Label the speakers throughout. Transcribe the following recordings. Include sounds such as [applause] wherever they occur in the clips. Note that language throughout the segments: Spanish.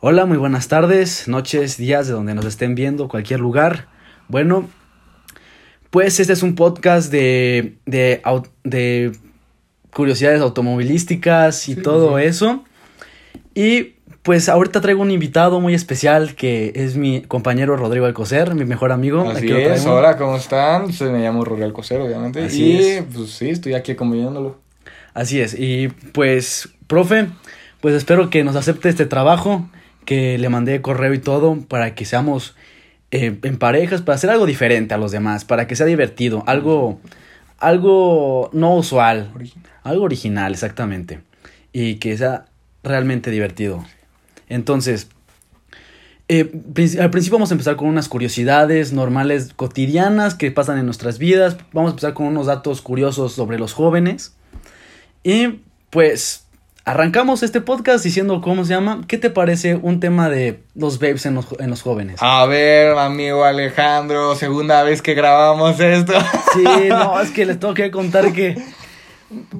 Speaker 1: Hola, muy buenas tardes, noches, días, de donde nos estén viendo, cualquier lugar. Bueno, pues este es un podcast de, de, au- de curiosidades automovilísticas y
Speaker 2: Sí,
Speaker 1: todo
Speaker 2: sí.
Speaker 1: eso. Y pues ahorita traigo un invitado muy especial que es mi compañero Rodrigo Alcocer, mi mejor amigo.
Speaker 2: Así
Speaker 1: Aquí lo
Speaker 2: es,
Speaker 1: traigo.
Speaker 2: hola, ¿cómo están? Se me llamo Rory Alcocer, obviamente.
Speaker 1: Así
Speaker 2: y
Speaker 1: es.
Speaker 2: pues sí, estoy aquí acompañándolo.
Speaker 1: Así es, y pues, profe, pues espero que nos acepte este trabajo, que le mandé correo y todo, para que seamos eh, en parejas, para hacer algo diferente a los demás, para que sea divertido, algo, algo no usual, algo original, exactamente, y que sea realmente divertido. Entonces, eh, prin- al principio vamos a empezar con unas curiosidades normales, cotidianas, que pasan en nuestras vidas. Vamos a empezar con unos datos curiosos sobre los jóvenes. Y pues arrancamos este podcast diciendo cómo se llama. ¿Qué te parece un tema de los babes en los, jo- en los jóvenes?
Speaker 2: A ver, amigo Alejandro, segunda vez que grabamos esto. [laughs]
Speaker 1: Sí, no, es que les tengo que contar que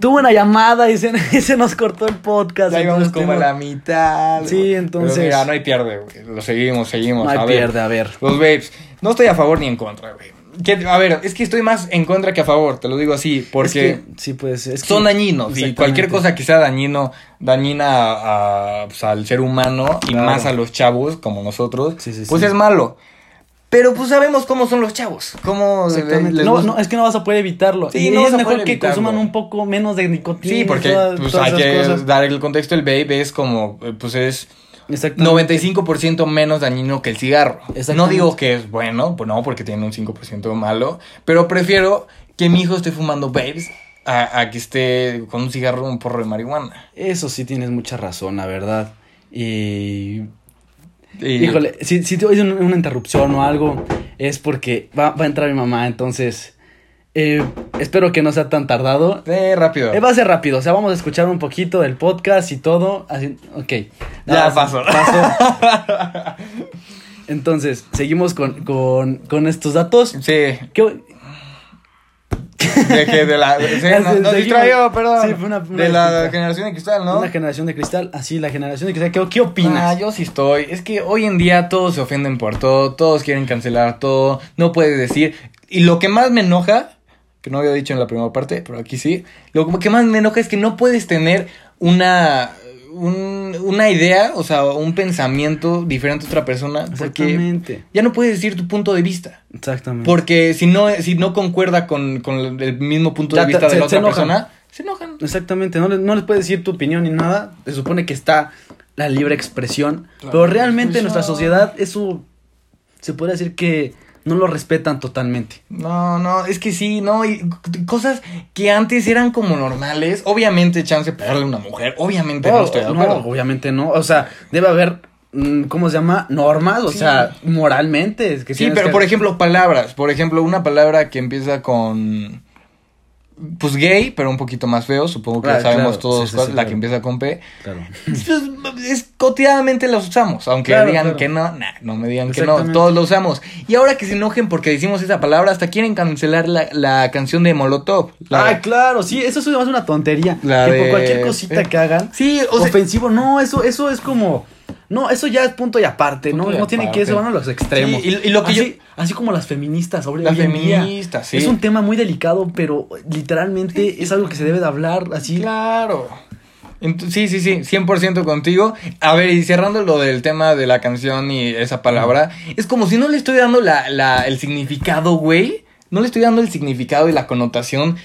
Speaker 1: tuve una llamada y se, [laughs] y se nos cortó el podcast.
Speaker 2: Ya íbamos
Speaker 1: entonces
Speaker 2: como a
Speaker 1: tengo-
Speaker 2: la mitad.
Speaker 1: este Sí,
Speaker 2: güey.
Speaker 1: entonces-
Speaker 2: Pero mira, no hay pierde, güey. Lo seguimos, seguimos.
Speaker 1: No hay
Speaker 2: a ver.
Speaker 1: pierde, a ver.
Speaker 2: Los babes. No estoy a favor ni en contra, güey. Que- A ver, es que estoy más en contra que a favor, te lo digo así, porque...
Speaker 1: Es que- sí, pues. es que-
Speaker 2: son dañinos y cualquier
Speaker 1: Exactamente.
Speaker 2: cosa que sea dañino, dañina a- a, pues, al ser humano y
Speaker 1: Claro.
Speaker 2: más a los chavos como nosotros,
Speaker 1: Sí, sí,
Speaker 2: pues
Speaker 1: sí.
Speaker 2: es malo. Pero pues sabemos cómo son los chavos, cómo se-
Speaker 1: Exactamente.
Speaker 2: les
Speaker 1: No,
Speaker 2: gusta.
Speaker 1: no, es que no vas a poder evitarlo.
Speaker 2: Sí,
Speaker 1: y
Speaker 2: no
Speaker 1: es
Speaker 2: vas a
Speaker 1: mejor
Speaker 2: poder
Speaker 1: que
Speaker 2: evitarlo.
Speaker 1: consuman un poco menos de nicotina.
Speaker 2: Sí,
Speaker 1: y
Speaker 2: porque
Speaker 1: todas-
Speaker 2: pues,
Speaker 1: todas
Speaker 2: hay
Speaker 1: esas
Speaker 2: que
Speaker 1: cosas.
Speaker 2: dar el contexto, el vape es como, eh, pues es
Speaker 1: Exactamente.
Speaker 2: 95% menos dañino que el cigarro. No
Speaker 1: Exactamente.
Speaker 2: digo que es bueno, pues no, porque tiene un 5% malo, pero prefiero que mi hijo esté fumando vapes a, a que esté con un cigarro, un porro de marihuana.
Speaker 1: Eso sí tienes mucha razón, la verdad. Y.
Speaker 2: Y-
Speaker 1: Híjole, si, si te oyes un- una interrupción o algo, es porque va, va a entrar mi mamá, entonces. eh, espero que no sea tan tardado.
Speaker 2: Sí, rápido.
Speaker 1: Eh, va a ser rápido, o sea, vamos a escuchar un poquito del podcast y todo. Así, ok.
Speaker 2: Ya
Speaker 1: sí,
Speaker 2: pasó.
Speaker 1: pasó. Entonces, seguimos con, con, con estos datos.
Speaker 2: Sí,
Speaker 1: ¿Qué-
Speaker 2: de que
Speaker 1: [laughs]
Speaker 2: de la. sí,
Speaker 1: Ya se-
Speaker 2: nos, nos
Speaker 1: seguimos.
Speaker 2: distrayó, perdón.
Speaker 1: Sí, fue una- una
Speaker 2: de la
Speaker 1: disculpa.
Speaker 2: generación de cristal, ¿no?
Speaker 1: Una generación de cristal, así la generación de cristal. ¿Qué, qué opinas?
Speaker 2: Ah, yo sí estoy. Es que hoy en día todos se ofenden por todo, todos quieren cancelar todo, no puedes decir. Y lo que más me enoja, que no había dicho en la primera parte, pero aquí sí, lo que más me enoja es que no puedes tener una, un- una idea, o sea, un pensamiento diferente a otra persona, porque
Speaker 1: Exactamente.
Speaker 2: ya no puedes decir tu punto de vista.
Speaker 1: Exactamente.
Speaker 2: Porque si no, si no concuerda con, con el mismo punto
Speaker 1: Ya
Speaker 2: de
Speaker 1: te-
Speaker 2: vista
Speaker 1: se-
Speaker 2: de la
Speaker 1: se
Speaker 2: otra
Speaker 1: enojan.
Speaker 2: persona, se enojan.
Speaker 1: Exactamente. No, le- no les puedes decir tu opinión ni nada. Se supone que está la libre expresión.
Speaker 2: La
Speaker 1: pero
Speaker 2: libre
Speaker 1: realmente en nuestra
Speaker 2: expresión.
Speaker 1: sociedad eso se puede decir que no lo respetan totalmente.
Speaker 2: No, no, es que sí, no, y c- cosas que antes eran como normales. Obviamente, chance de pegarle a una mujer, obviamente no, estoy de
Speaker 1: no,
Speaker 2: acuerdo.
Speaker 1: obviamente no. O sea, debe haber, mm, ¿cómo se llama? Normas, o
Speaker 2: Sí.
Speaker 1: sea, moralmente. es que
Speaker 2: sí,
Speaker 1: tienes
Speaker 2: pero
Speaker 1: que-
Speaker 2: por ejemplo, palabras. Por ejemplo, una palabra que empieza con. Pues gay, pero un poquito más feo, supongo que
Speaker 1: Claro,
Speaker 2: sabemos
Speaker 1: Ah, claro,
Speaker 2: todos,
Speaker 1: sí, sí,
Speaker 2: cuál-
Speaker 1: sí,
Speaker 2: la
Speaker 1: claro.
Speaker 2: que empieza con P.
Speaker 1: Claro.
Speaker 2: Pues, es, cotidianamente los usamos, aunque
Speaker 1: Claro,
Speaker 2: digan
Speaker 1: claro.
Speaker 2: que no, nah, no me digan que no,
Speaker 1: Exactamente.
Speaker 2: todos lo usamos. Y ahora que se enojen porque decimos esa palabra, hasta quieren cancelar la, la canción de Molotov. la-
Speaker 1: Ay, Ah, claro, sí, eso es más una tontería.
Speaker 2: La
Speaker 1: que por
Speaker 2: de-
Speaker 1: cualquier cosita
Speaker 2: eh.
Speaker 1: que hagan.
Speaker 2: sí, o sea,
Speaker 1: ofensivo, no, eso, eso es como. No, eso ya es punto y aparte,
Speaker 2: Punto
Speaker 1: ¿no?
Speaker 2: y
Speaker 1: no tiene que
Speaker 2: aparte.
Speaker 1: eso van a los extremos.
Speaker 2: Sí, y- y lo que
Speaker 1: así, así como las feministas, sobre
Speaker 2: Las
Speaker 1: hoy en día.
Speaker 2: feministas, sí.
Speaker 1: Es un tema muy delicado, pero literalmente es algo que se debe de hablar así.
Speaker 2: claro. Ent- sí, sí, sí, 100% contigo. A ver, y cerrando lo del tema de la canción y esa palabra, es como si no le estoy dando la, la- el significado, güey. No le estoy dando el significado y la connotación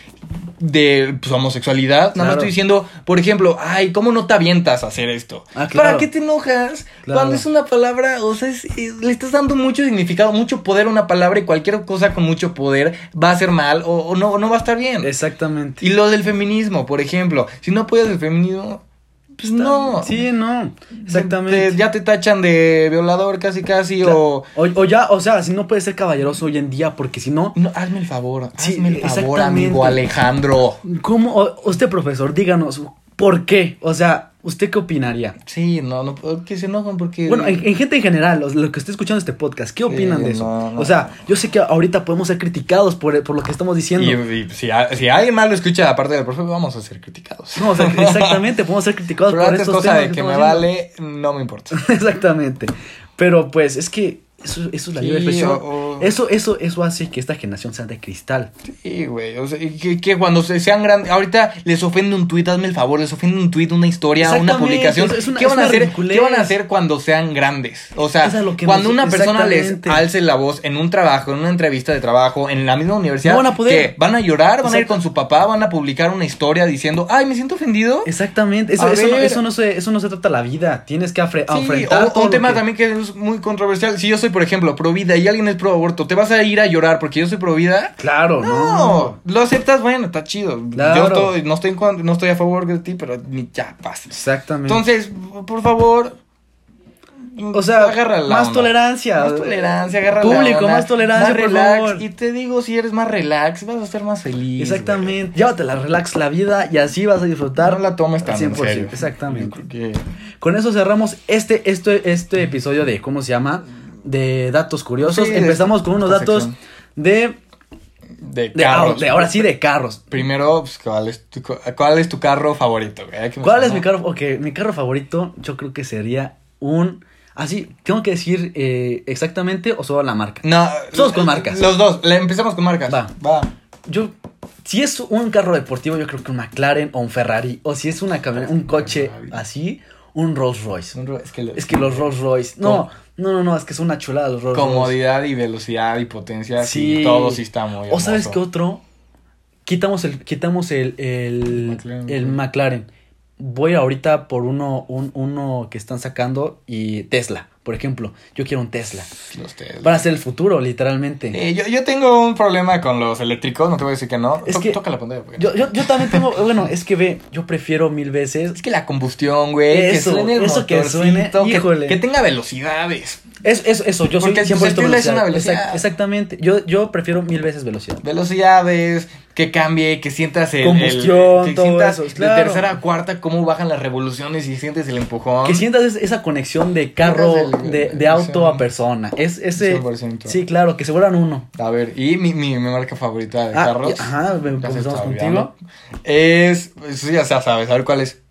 Speaker 2: de pues, homosexualidad. Nada
Speaker 1: Claro.
Speaker 2: más estoy diciendo, por ejemplo, ay, ¿cómo no te avientas a hacer esto?
Speaker 1: Ah, claro.
Speaker 2: ¿Para qué te enojas?
Speaker 1: Claro.
Speaker 2: Cuando es una palabra, o sea, es- eh, le estás dando mucho significado, mucho poder a una palabra y cualquier cosa con mucho poder va a ser mal o, o no, o no va a estar bien.
Speaker 1: Exactamente.
Speaker 2: Y lo del feminismo, por ejemplo. Si no apoyas el feminismo, pues no.
Speaker 1: Sí, no. Exactamente.
Speaker 2: Te- ya te tachan de violador casi casi
Speaker 1: Claro.
Speaker 2: o...
Speaker 1: o, o ya, o sea, si no puedes ser caballeroso hoy en día, porque si no.
Speaker 2: No, hazme el favor,
Speaker 1: Sí,
Speaker 2: hazme el favor,
Speaker 1: exactamente.
Speaker 2: amigo Alejandro.
Speaker 1: ¿Cómo? O- usted, profesor, díganos, ¿por qué? O sea, ¿Usted qué opinaría?
Speaker 2: Sí, no, no, que se enojan porque...
Speaker 1: Bueno, en, en gente en general, los, lo que esté escuchando este podcast, ¿qué opinan de eso?
Speaker 2: no, no.
Speaker 1: O sea, yo sé que ahorita podemos ser criticados por, por lo que estamos diciendo.
Speaker 2: Y, y si, a- si alguien más lo escucha aparte del profe, vamos a ser criticados.
Speaker 1: No, o sea, exactamente, podemos ser criticados
Speaker 2: Pero
Speaker 1: por
Speaker 2: antes
Speaker 1: estos
Speaker 2: cosa
Speaker 1: temas
Speaker 2: de que,
Speaker 1: estamos
Speaker 2: me
Speaker 1: haciendo.
Speaker 2: vale, no me importa.
Speaker 1: [laughs] Exactamente. Pero pues es que eso, eso es la
Speaker 2: Sí,
Speaker 1: libre expresión.
Speaker 2: o- o-
Speaker 1: Eso, eso, eso hace que esta generación sea de cristal.
Speaker 2: Sí, güey, o sea, y que, que cuando se- sean grandes, ahorita les ofende un tuit, hazme el favor, les ofende un tuit, una historia, una
Speaker 1: Exactamente,
Speaker 2: publicación.
Speaker 1: es- es una-
Speaker 2: ¿Qué,
Speaker 1: es
Speaker 2: van a
Speaker 1: una
Speaker 2: hacer,
Speaker 1: ridiculez.
Speaker 2: ¿Qué van a hacer cuando sean grandes? O sea,
Speaker 1: Es a lo que
Speaker 2: cuando
Speaker 1: nos-
Speaker 2: una persona les
Speaker 1: exactamente.
Speaker 2: alce la voz en un trabajo, en una entrevista de trabajo, en la misma universidad,
Speaker 1: No van a poder.
Speaker 2: ¿qué? van a llorar, van a ir
Speaker 1: Exacto.
Speaker 2: con su papá, van a publicar una historia diciendo, ay, me siento ofendido.
Speaker 1: Exactamente. Eso,
Speaker 2: A
Speaker 1: eso, no,
Speaker 2: ver.
Speaker 1: eso no se, eso no se trata la vida. Tienes que afre-
Speaker 2: Sí,
Speaker 1: afrontar.
Speaker 2: o-
Speaker 1: todo
Speaker 2: un
Speaker 1: lo
Speaker 2: tema
Speaker 1: que-
Speaker 2: también que es muy controversial. Si yo soy, por ejemplo, pro vida y alguien es pro aborto, ¿te vas a ir a llorar porque yo soy pro vida?
Speaker 1: Claro, no.
Speaker 2: No, lo aceptas, bueno, está chido.
Speaker 1: Claro.
Speaker 2: Yo estoy- no, estoy en contra- no estoy a favor de ti, pero ni ya pasa.
Speaker 1: Exactamente.
Speaker 2: Entonces, por favor.
Speaker 1: o sea,
Speaker 2: agarra la
Speaker 1: más
Speaker 2: onda.
Speaker 1: tolerancia.
Speaker 2: Más tolerancia, agarra la
Speaker 1: Público,
Speaker 2: onda,
Speaker 1: más tolerancia,
Speaker 2: más
Speaker 1: por
Speaker 2: relax.
Speaker 1: favor.
Speaker 2: Y te digo, si eres más relax, vas a ser más feliz. güey.
Speaker 1: Exactamente. Llévatela, relax la vida y así vas a disfrutar.
Speaker 2: No la tomes tan
Speaker 1: al
Speaker 2: en serio.
Speaker 1: Exactamente.
Speaker 2: Yo creo que-
Speaker 1: Con eso cerramos este, este, este episodio de, ¿cómo se llama? De datos curiosos.
Speaker 2: Sí, de
Speaker 1: Empezamos con unos
Speaker 2: esta
Speaker 1: datos
Speaker 2: sección.
Speaker 1: de,
Speaker 2: De,
Speaker 1: de, ah,
Speaker 2: carros.
Speaker 1: de- ahora sí, de carros.
Speaker 2: Primero, pues, ¿cuál es tu, cuál es tu carro favorito? güey? Hay que
Speaker 1: ¿Cuál es mi
Speaker 2: mencionar.
Speaker 1: carro? Ok, mi carro favorito yo creo que sería un... Así, tengo que decir eh, exactamente o solo la marca.
Speaker 2: No. eh,
Speaker 1: Todos con marcas.
Speaker 2: Los dos. Le empezamos con marcas.
Speaker 1: Va.
Speaker 2: Va.
Speaker 1: Yo, si es un carro deportivo, yo creo que un McLaren o un Ferrari. O si es una camioneta, un coche
Speaker 2: Ferrari.
Speaker 1: así, un Rolls Royce.
Speaker 2: Es que,
Speaker 1: Es que los Rolls Royce... No, no, no, no, es que es una chulada los Rolls Royce.
Speaker 2: comodidad y velocidad y potencia. Sí.
Speaker 1: Sí.
Speaker 2: todo sí está muy
Speaker 1: O sabes qué
Speaker 2: hermoso.
Speaker 1: otro. Quitamos el, quitamos el, el,
Speaker 2: McLaren.
Speaker 1: el McLaren. Voy ahorita por uno, un- uno que están sacando y Tesla, por ejemplo. Yo quiero un Tesla.
Speaker 2: Los Tesla.
Speaker 1: Para ser el futuro, literalmente.
Speaker 2: Eh, yo, yo tengo un problema con los eléctricos. No te voy a decir que no.
Speaker 1: Es
Speaker 2: To-
Speaker 1: que-
Speaker 2: Toca la pantalla. porque-
Speaker 1: Yo, yo, yo también tengo, bueno, es que ve, yo prefiero mil veces.
Speaker 2: Es que la combustión, güey.
Speaker 1: Eso,
Speaker 2: que suene el
Speaker 1: eso que
Speaker 2: motorcito,
Speaker 1: suene,
Speaker 2: que-
Speaker 1: híjole.
Speaker 2: que tenga velocidades.
Speaker 1: Es, es- eso, yo soy
Speaker 2: Porque tu
Speaker 1: 100%
Speaker 2: sentirla es una velocidad.
Speaker 1: Exact- exactamente. Yo, yo prefiero mil veces velocidad.
Speaker 2: velocidades, que cambie, que sientas el...
Speaker 1: Combustión,
Speaker 2: el- que
Speaker 1: todo
Speaker 2: sientas
Speaker 1: eso,
Speaker 2: de
Speaker 1: claro.
Speaker 2: tercera a cuarta cómo bajan las revoluciones y sientes el empujón.
Speaker 1: Que sientas es- esa conexión de carro,
Speaker 2: Sientas el-
Speaker 1: de,
Speaker 2: el-
Speaker 1: de auto a
Speaker 2: sí.
Speaker 1: persona. Es ese.
Speaker 2: 100%.
Speaker 1: Sí, claro, que se vuelvan uno.
Speaker 2: A ver, y mi, mi, mi marca favorita de
Speaker 1: Ah,
Speaker 2: carros.
Speaker 1: y- ajá, me-
Speaker 2: ya se
Speaker 1: comenzamos
Speaker 2: está
Speaker 1: contigo.
Speaker 2: olvidando, Es, pues, sí, ya sabes, a ver cuál es.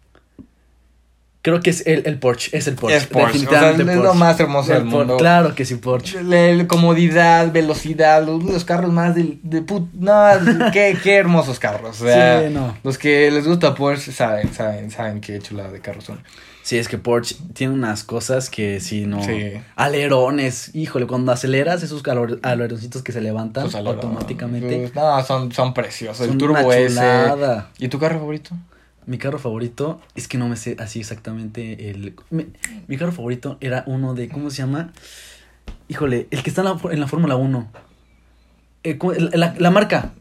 Speaker 1: Creo que es el, el Porsche, es el Porsche.
Speaker 2: Es Porsche,
Speaker 1: definitivamente
Speaker 2: o sea, es lo más hermoso del
Speaker 1: Por-
Speaker 2: mundo.
Speaker 1: Claro que sí, Porsche.
Speaker 2: La, la comodidad, velocidad, los, los carros más del- de, put... No, [laughs] qué, qué hermosos carros. o sea,
Speaker 1: Sí, no.
Speaker 2: Los que les gusta Porsche saben, saben, saben qué chulada de carros son.
Speaker 1: Sí, es que Porsche tiene unas cosas que sí, no.
Speaker 2: Sí.
Speaker 1: Alerones, híjole, cuando aceleras esos calor- aleroncitos que se levantan
Speaker 2: Sus alerones,
Speaker 1: automáticamente.
Speaker 2: pues, No, son, son preciosos.
Speaker 1: son
Speaker 2: el
Speaker 1: una
Speaker 2: turbo S.
Speaker 1: chulada.
Speaker 2: ¿Y tu carro favorito?
Speaker 1: Mi carro favorito, es que no me sé así exactamente el. Mi, mi carro favorito era uno de. ¿Cómo se llama? Híjole, el que está en la, en la Fórmula 1. Eh, ¿cómo- la- la- la marca.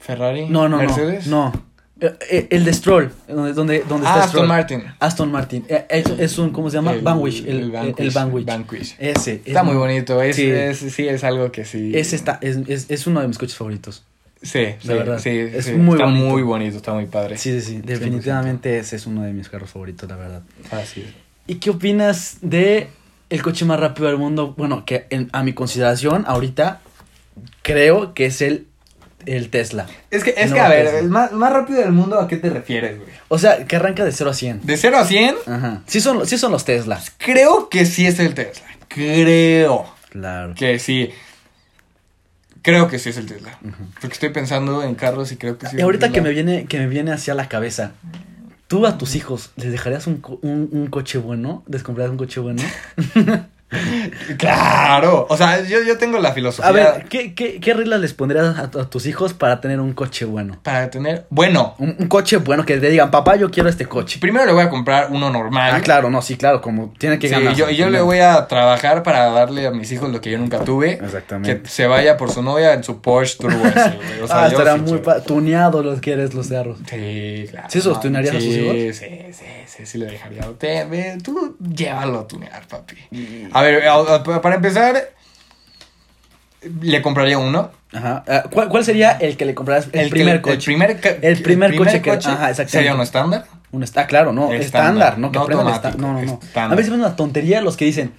Speaker 2: Ferrari.
Speaker 1: No, no,
Speaker 2: Mercedes.
Speaker 1: no. No. Eh, eh, El de Stroll, donde, donde, donde
Speaker 2: Ah,
Speaker 1: está
Speaker 2: Aston
Speaker 1: Stroll.
Speaker 2: Martin.
Speaker 1: Aston Martin. Eh, Es, es un, ¿cómo se llama? Banwish. El, el,
Speaker 2: Vanquish,
Speaker 1: el Vanquish.
Speaker 2: Vanquish.
Speaker 1: Ese.
Speaker 2: Está
Speaker 1: es-
Speaker 2: muy bonito. Es,
Speaker 1: Sí.
Speaker 2: es- sí, es algo que sí.
Speaker 1: Ese está, es, es, es uno de mis coches favoritos.
Speaker 2: Sí, sí,
Speaker 1: verdad.
Speaker 2: sí,
Speaker 1: Es
Speaker 2: sí.
Speaker 1: muy
Speaker 2: está
Speaker 1: bonito.
Speaker 2: muy bonito, está muy padre.
Speaker 1: Sí, sí, sí. Definitivamente ese es uno de mis carros favoritos, la verdad.
Speaker 2: Así es.
Speaker 1: ¿Y qué opinas de el coche más rápido del mundo? Bueno, que en- a mi consideración, ahorita creo que es el, el Tesla.
Speaker 2: Es que, es
Speaker 1: No,
Speaker 2: que a ver,
Speaker 1: es-
Speaker 2: el más, más rápido del mundo, ¿a qué te refieres, güey?
Speaker 1: O sea, que arranca de 0 a 100.
Speaker 2: ¿De 0 a 100?
Speaker 1: Ajá. Sí son, sí son los Tesla.
Speaker 2: Creo que sí es el Tesla. Creo
Speaker 1: Claro.
Speaker 2: que sí. Creo que sí es el Tesla. Porque estoy pensando en carros y creo que sí.
Speaker 1: Y
Speaker 2: es
Speaker 1: ahorita
Speaker 2: el
Speaker 1: que
Speaker 2: Tesla.
Speaker 1: me viene, que me viene hacia la cabeza, ¿tú a tus hijos les dejarías un, co- un, un coche bueno? ¿Les comprarías un coche
Speaker 2: [laughs]
Speaker 1: bueno?
Speaker 2: Claro, o sea, yo, yo tengo la filosofía
Speaker 1: A ver, ¿qué, qué, qué reglas les pondrías a, tu- a tus hijos para tener un coche bueno?
Speaker 2: para tener, bueno,
Speaker 1: Un, un coche bueno que te digan, papá, yo quiero este coche.
Speaker 2: primero le voy a comprar uno normal.
Speaker 1: Ah, claro, no, sí, claro, como tiene que
Speaker 2: Sí,
Speaker 1: ganar.
Speaker 2: yo, yo le voy a trabajar para darle a mis hijos lo que yo nunca tuve.
Speaker 1: Exactamente.
Speaker 2: Que se vaya por su novia en su Porsche
Speaker 1: [laughs]
Speaker 2: Turbo S, güey. O sea,
Speaker 1: ah,
Speaker 2: yo
Speaker 1: estará
Speaker 2: sí
Speaker 1: muy
Speaker 2: quiero.
Speaker 1: pa- tuneado los quieres los cerros.
Speaker 2: Sí, claro.
Speaker 1: ¿Sí sostunearías a sus
Speaker 2: Sí,
Speaker 1: hijos?
Speaker 2: sí, sí, sí, sí, le dejaría. Te- ve, tú llévalo a tunear, papi. A ver, a- a- para empezar, le compraría uno.
Speaker 1: Ajá. Ah, ¿Cuál, cuál sería el que le comprarás el,
Speaker 2: que-
Speaker 1: primer
Speaker 2: El
Speaker 1: coche?
Speaker 2: primer, ca-
Speaker 1: El primer coche que- ajá, exactamente.
Speaker 2: sería uno estándar.
Speaker 1: Un est- ah, claro, no, estándar,
Speaker 2: Estándar,
Speaker 1: ¿no? Que
Speaker 2: no
Speaker 1: aprendan el
Speaker 2: automático,
Speaker 1: esta- No, no, no.
Speaker 2: estándar.
Speaker 1: A veces es una tontería los que dicen,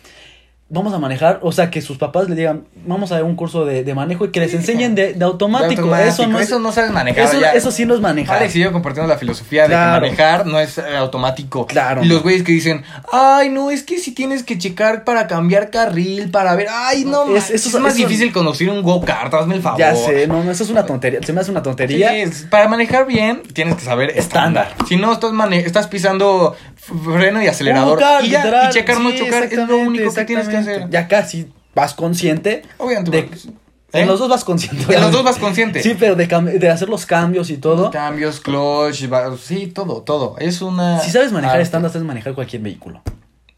Speaker 1: vamos a manejar, o sea, que sus papás le digan, vamos a dar un curso de, de manejo y que les
Speaker 2: Sí,
Speaker 1: enseñen de, de automático.
Speaker 2: Automático,
Speaker 1: Eso no es-
Speaker 2: sabes manejar.
Speaker 1: eso,
Speaker 2: ya.
Speaker 1: eso sí no es manejar.
Speaker 2: Alex y yo compartimos la filosofía
Speaker 1: Claro.
Speaker 2: de que manejar no es eh, automático.
Speaker 1: Claro.
Speaker 2: Y los güeyes que dicen, ay, no, es que si tienes que checar para cambiar carril, para ver, ay, no,
Speaker 1: Es-
Speaker 2: es,
Speaker 1: eso-
Speaker 2: es más
Speaker 1: eso-
Speaker 2: difícil conducir un go-kart, hazme el favor.
Speaker 1: ya sé, no, no, eso es una tontería. Se me hace una
Speaker 2: Sí,
Speaker 1: tontería.
Speaker 2: es- para manejar bien tienes que saber estándar.
Speaker 1: Estándar.
Speaker 2: Si no, estás, mane- estás pisando f- freno y acelerador.
Speaker 1: Chocar,
Speaker 2: y, ya,
Speaker 1: literal,
Speaker 2: y checar no
Speaker 1: sí,
Speaker 2: chocar es lo
Speaker 1: exactamente,
Speaker 2: único que tienes que
Speaker 1: exactamente.
Speaker 2: hacer.
Speaker 1: Ya casi vas consciente.
Speaker 2: Obviamente.
Speaker 1: de-
Speaker 2: pues, ¿eh?
Speaker 1: En los dos vas consciente.
Speaker 2: En los
Speaker 1: obviamente.
Speaker 2: dos vas consciente.
Speaker 1: Sí, pero de, cam- de hacer los cambios y todo.
Speaker 2: Cambios, clutch, va- sí, todo, todo. Es una.
Speaker 1: Si sabes manejar
Speaker 2: arte.
Speaker 1: estándar, sabes manejar cualquier vehículo.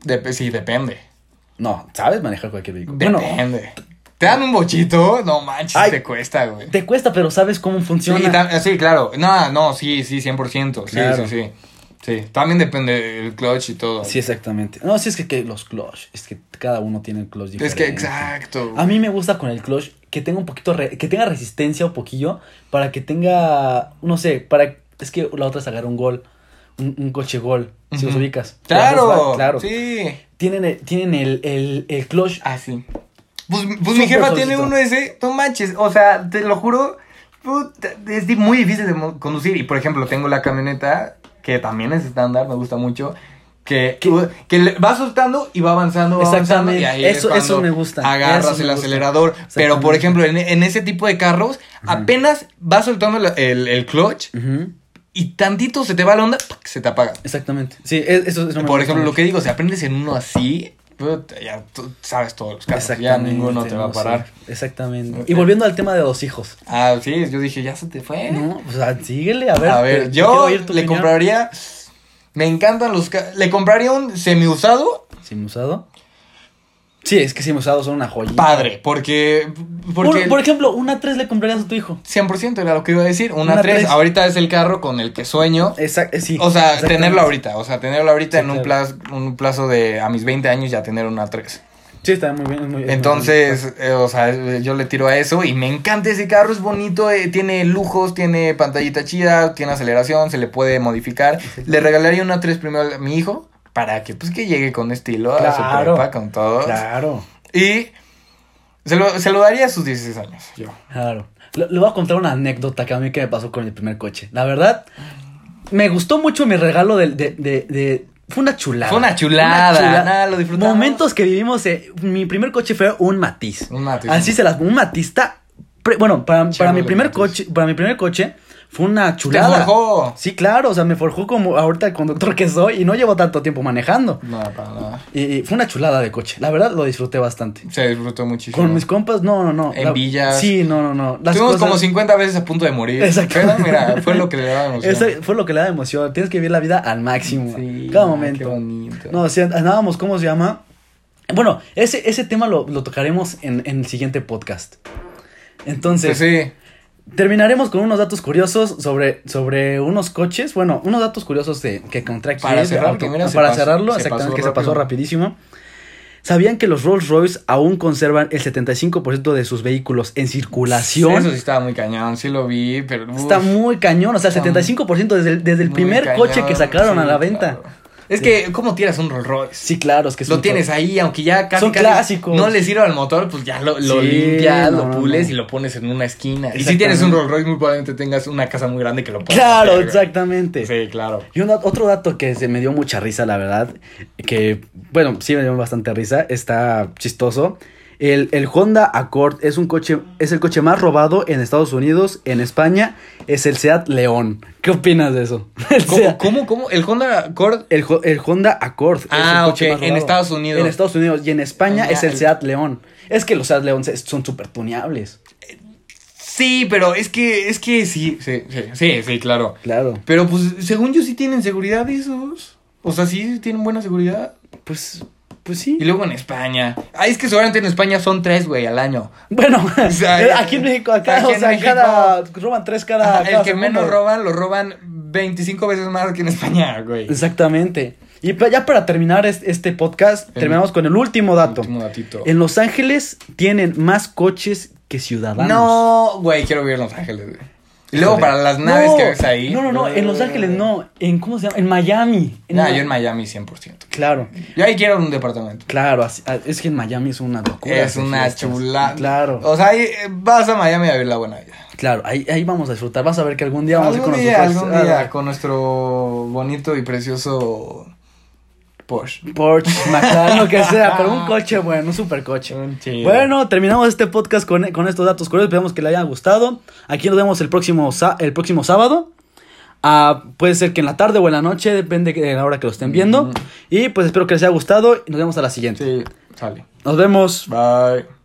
Speaker 2: Dep- sí, depende.
Speaker 1: No, sabes manejar cualquier vehículo. Bueno,
Speaker 2: Depende. Te dan un bochito, no manches,
Speaker 1: Ay.
Speaker 2: te cuesta, güey.
Speaker 1: te cuesta, pero sabes cómo
Speaker 2: Sí,
Speaker 1: funciona.
Speaker 2: tam- sí, claro. No, no, sí, sí, 100%. Sí,
Speaker 1: Claro.
Speaker 2: sí, sí. Sí, también depende el clutch y todo.
Speaker 1: Sí, exactamente. No, sí, es que, que los clutch. Es que cada uno tiene el clutch
Speaker 2: es
Speaker 1: diferente. Ah,
Speaker 2: que, exacto.
Speaker 1: A mí me gusta con el clutch que tenga un poquito. re- que tenga resistencia un poquillo. Para que tenga. No sé, para. Es que la otra es agarrar un gol. Un, un coche gol. Si los
Speaker 2: Ujú.
Speaker 1: ubicas. Las dos
Speaker 2: Claro,
Speaker 1: van, claro.
Speaker 2: Sí. Ah.
Speaker 1: Tienen, el, tienen el, el, el clutch.
Speaker 2: Así. Pues, pues mi jefa tiene
Speaker 1: suavecito.
Speaker 2: uno ese, no manches, o sea, te lo juro, puta, es di- muy difícil de mo- conducir. Y por ejemplo, tengo la camioneta, que también es estándar, me gusta mucho, que,
Speaker 1: ¿Qué?
Speaker 2: que le- va soltando y va avanzando, va avanzando.
Speaker 1: Exactamente,
Speaker 2: Y ahí
Speaker 1: eso-
Speaker 2: es
Speaker 1: eso me
Speaker 2: cuando
Speaker 1: gusta, eso
Speaker 2: Agarras
Speaker 1: me
Speaker 2: el
Speaker 1: gusta.
Speaker 2: acelerador, pero por
Speaker 1: Exactamente.
Speaker 2: ejemplo, en, en ese tipo de carros, apenas va soltando la- el, el clutch
Speaker 1: Ujú,
Speaker 2: y tantito se te va la onda, ¡pac! se te apaga.
Speaker 1: Exactamente. Sí, es- eso es lo que me
Speaker 2: Por
Speaker 1: gusta
Speaker 2: ejemplo, lo
Speaker 1: mucho.
Speaker 2: que digo, si aprendes en uno así, puta, ya tú sabes todos los carros, ya ninguno te va a
Speaker 1: no,
Speaker 2: parar.
Speaker 1: sí, exactamente.
Speaker 2: Ok.
Speaker 1: Y volviendo al tema de los hijos.
Speaker 2: Ah, sí, yo dije, ya se te fue.
Speaker 1: No, o sea, síguele, a ver.
Speaker 2: ¿Eh? a
Speaker 1: te-
Speaker 2: ver,
Speaker 1: te quiero
Speaker 2: yo le
Speaker 1: oír tu opinión.
Speaker 2: compraría. Me encantan los. ca- Le compraría un semiusado
Speaker 1: ¿Sin usado? Sí, es que sin usado son una joya.
Speaker 2: padre, porque. Porque.
Speaker 1: Por, por ejemplo, una 3 le comprarías a tu hijo.
Speaker 2: 100% era lo que iba a decir. Una,
Speaker 1: Una
Speaker 2: 3.
Speaker 1: tres.
Speaker 2: Ahorita es el carro con el que sueño.
Speaker 1: Exacto, eh, sí.
Speaker 2: O sea,
Speaker 1: exactamente.
Speaker 2: tenerlo ahorita. O sea, tenerlo ahorita
Speaker 1: Sí,
Speaker 2: en un,
Speaker 1: claro.
Speaker 2: plazo, un plazo de. A mis 20 años ya tener una 3.
Speaker 1: Sí, está muy bien. es muy- es muy
Speaker 2: Entonces, eh, o sea, eh, yo le tiro a eso y me encanta ese carro, es bonito, eh, tiene lujos, tiene pantallita chida, tiene aceleración, se le
Speaker 1: [laughs]
Speaker 2: puede modificar. Le regalaría una 3 primero a mi hijo para que pues que llegue con estilo a su
Speaker 1: Claro.
Speaker 2: prepa con todo.
Speaker 1: bonito. Claro,
Speaker 2: Y se lo, se lo daría a sus 16 años, yo.
Speaker 1: claro. Le, le voy a contar una anécdota que a mí que me pasó con el primer coche. La verdad, me gustó mucho mi regalo de... de, de- de- fue una chulada.
Speaker 2: Fue una chulada, nada, lo disfrutamos.
Speaker 1: Momentos que vivimos. eh, mi primer coche fue un matiz.
Speaker 2: Un matiz.
Speaker 1: Así se las. Un matista. pre- bueno, para, para mi
Speaker 2: de
Speaker 1: primer
Speaker 2: Matiz.
Speaker 1: coche. Para mi primer coche. Fue una chulada.
Speaker 2: forjó.
Speaker 1: Sí, claro. O sea, me forjó como ahorita el conductor que soy. Y no llevo tanto tiempo manejando.
Speaker 2: No, para nada.
Speaker 1: Y, y fue una chulada de coche. La verdad lo disfruté bastante.
Speaker 2: Se disfrutó muchísimo.
Speaker 1: Con mis compas, no, no, no.
Speaker 2: En
Speaker 1: La-
Speaker 2: villas.
Speaker 1: Sí, no, no, no. Las
Speaker 2: Estuvimos como
Speaker 1: cosas-
Speaker 2: 50 veces a punto de morir.
Speaker 1: Exacto.
Speaker 2: Pero mira, fue lo que le
Speaker 1: [laughs]
Speaker 2: dábamos.
Speaker 1: Eso fue lo que le da emoción. Tienes que vivir la vida al máximo.
Speaker 2: Sí,
Speaker 1: cada
Speaker 2: ah,
Speaker 1: momento.
Speaker 2: qué bonito.
Speaker 1: No, o sea, andábamos, ¿cómo se llama? Bueno, ese, ese tema lo, lo tocaremos en, en el siguiente podcast. Entonces,
Speaker 2: Pues sí.
Speaker 1: terminaremos con unos datos curiosos sobre, sobre unos coches. Bueno, unos datos curiosos de, que encontré aquí.
Speaker 2: Para
Speaker 1: de
Speaker 2: cerrar, que mira, se
Speaker 1: para
Speaker 2: pasó-
Speaker 1: cerrarlo,
Speaker 2: se
Speaker 1: exactamente,
Speaker 2: pasó
Speaker 1: que se pasó
Speaker 2: rápido.
Speaker 1: rapidísimo. ¿Sabían que los Rolls Royce aún conservan el 75% de sus vehículos en circulación?
Speaker 2: Eso sí estaba muy cañón, sí lo vi, pero. uf.
Speaker 1: Está muy cañón, o sea, el
Speaker 2: Está
Speaker 1: 75% desde el, desde el
Speaker 2: Muy
Speaker 1: primer
Speaker 2: cañón,
Speaker 1: coche que sacaron a
Speaker 2: sí,
Speaker 1: la venta.
Speaker 2: claro. Es que, ¿cómo tiras un Rolls Royce?
Speaker 1: Sí, claro, es que es
Speaker 2: lo
Speaker 1: un
Speaker 2: tienes
Speaker 1: coche.
Speaker 2: ahí, aunque ya casi,
Speaker 1: Son
Speaker 2: casi
Speaker 1: clásicos.
Speaker 2: no le sirve al motor, pues ya lo, lo
Speaker 1: Sí,
Speaker 2: limpias,
Speaker 1: no,
Speaker 2: lo
Speaker 1: no,
Speaker 2: pules
Speaker 1: no.
Speaker 2: y lo pones en una esquina. Y si
Speaker 1: Exactamente.
Speaker 2: tienes un Rolls Royce, muy probablemente tengas una casa muy grande que lo puedas
Speaker 1: Claro,
Speaker 2: hacer, güey.
Speaker 1: exactamente.
Speaker 2: Sí, claro.
Speaker 1: Y un dat- otro dato que se me dio mucha risa, la verdad, que, bueno, sí me dio bastante risa, está chistoso. El, el Honda Accord es un coche, es el coche más robado en Estados Unidos, en España, es el Seat León. ¿Qué opinas de eso? [laughs] El,
Speaker 2: ¿Cómo,
Speaker 1: Seat-
Speaker 2: cómo, cómo? El Honda Accord.
Speaker 1: el Jo- el Honda Accord es
Speaker 2: Ah,
Speaker 1: el coche
Speaker 2: ok,
Speaker 1: más
Speaker 2: en
Speaker 1: robado.
Speaker 2: Estados Unidos.
Speaker 1: En Estados Unidos y en España
Speaker 2: Ah, ya,
Speaker 1: es el
Speaker 2: el-
Speaker 1: Seat León. Es que los Seat León se- son súper tuneables.
Speaker 2: Sí, pero es que, es que sí, sí, sí, sí, sí, claro.
Speaker 1: Claro.
Speaker 2: Pero pues, según yo, sí tienen seguridad esos. O sea, sí tienen buena seguridad.
Speaker 1: Pues, pues sí.
Speaker 2: Y luego en España. Ah, es que seguramente en España son tres, güey, al año. [laughs]
Speaker 1: Bueno, [laughs]
Speaker 2: sea,
Speaker 1: aquí en México, acá,
Speaker 2: aquí
Speaker 1: o
Speaker 2: en
Speaker 1: sea,
Speaker 2: México-
Speaker 1: cada. Roban tres cada.
Speaker 2: Ajá, el
Speaker 1: Ah, cada
Speaker 2: que
Speaker 1: segundo.
Speaker 2: menos roban, lo roban 25 veces más que en España, güey.
Speaker 1: Exactamente. Y pa- ya para terminar es- este podcast,
Speaker 2: El-
Speaker 1: terminamos con el último dato.
Speaker 2: Último datito.
Speaker 1: En Los Ángeles tienen más coches que ciudadanos.
Speaker 2: No, güey, quiero vivir en Los Ángeles, güey. Y luego
Speaker 1: Híjole.
Speaker 2: para las naves
Speaker 1: No,
Speaker 2: que ves ahí.
Speaker 1: No, no, no, en Los Ángeles no. ¿En cómo se llama? En Miami.
Speaker 2: Nah, Ah, yo en Miami 100%.
Speaker 1: Claro,
Speaker 2: Yo ahí quiero un departamento.
Speaker 1: claro. así- ah, es que en Miami es una locura.
Speaker 2: Es
Speaker 1: de
Speaker 2: una
Speaker 1: fiestas.
Speaker 2: chulada.
Speaker 1: Claro,
Speaker 2: O sea, ahí eh, vas a Miami a vivir la buena vida.
Speaker 1: claro. Ahí, ahí vamos a disfrutar. Vas a ver que algún día vamos
Speaker 2: algún
Speaker 1: a ir
Speaker 2: día,
Speaker 1: con ah,
Speaker 2: algún
Speaker 1: nosotros.
Speaker 2: día, con nuestro bonito y precioso Porsche.
Speaker 1: Porsche, [laughs] McLaren, lo que sea, pero un coche bueno, un supercoche.
Speaker 2: Ah. Un chido.
Speaker 1: Bueno, terminamos este podcast con, con estos datos curiosos. Esperamos que le hayan gustado. Aquí nos vemos el próximo, sa- el próximo sábado. Ah, puede ser que en la tarde o en la noche, depende de la hora que lo estén viendo. Y pues espero que les haya gustado y nos vemos a la siguiente.
Speaker 2: Sí, sale.
Speaker 1: Nos vemos.
Speaker 2: Bye.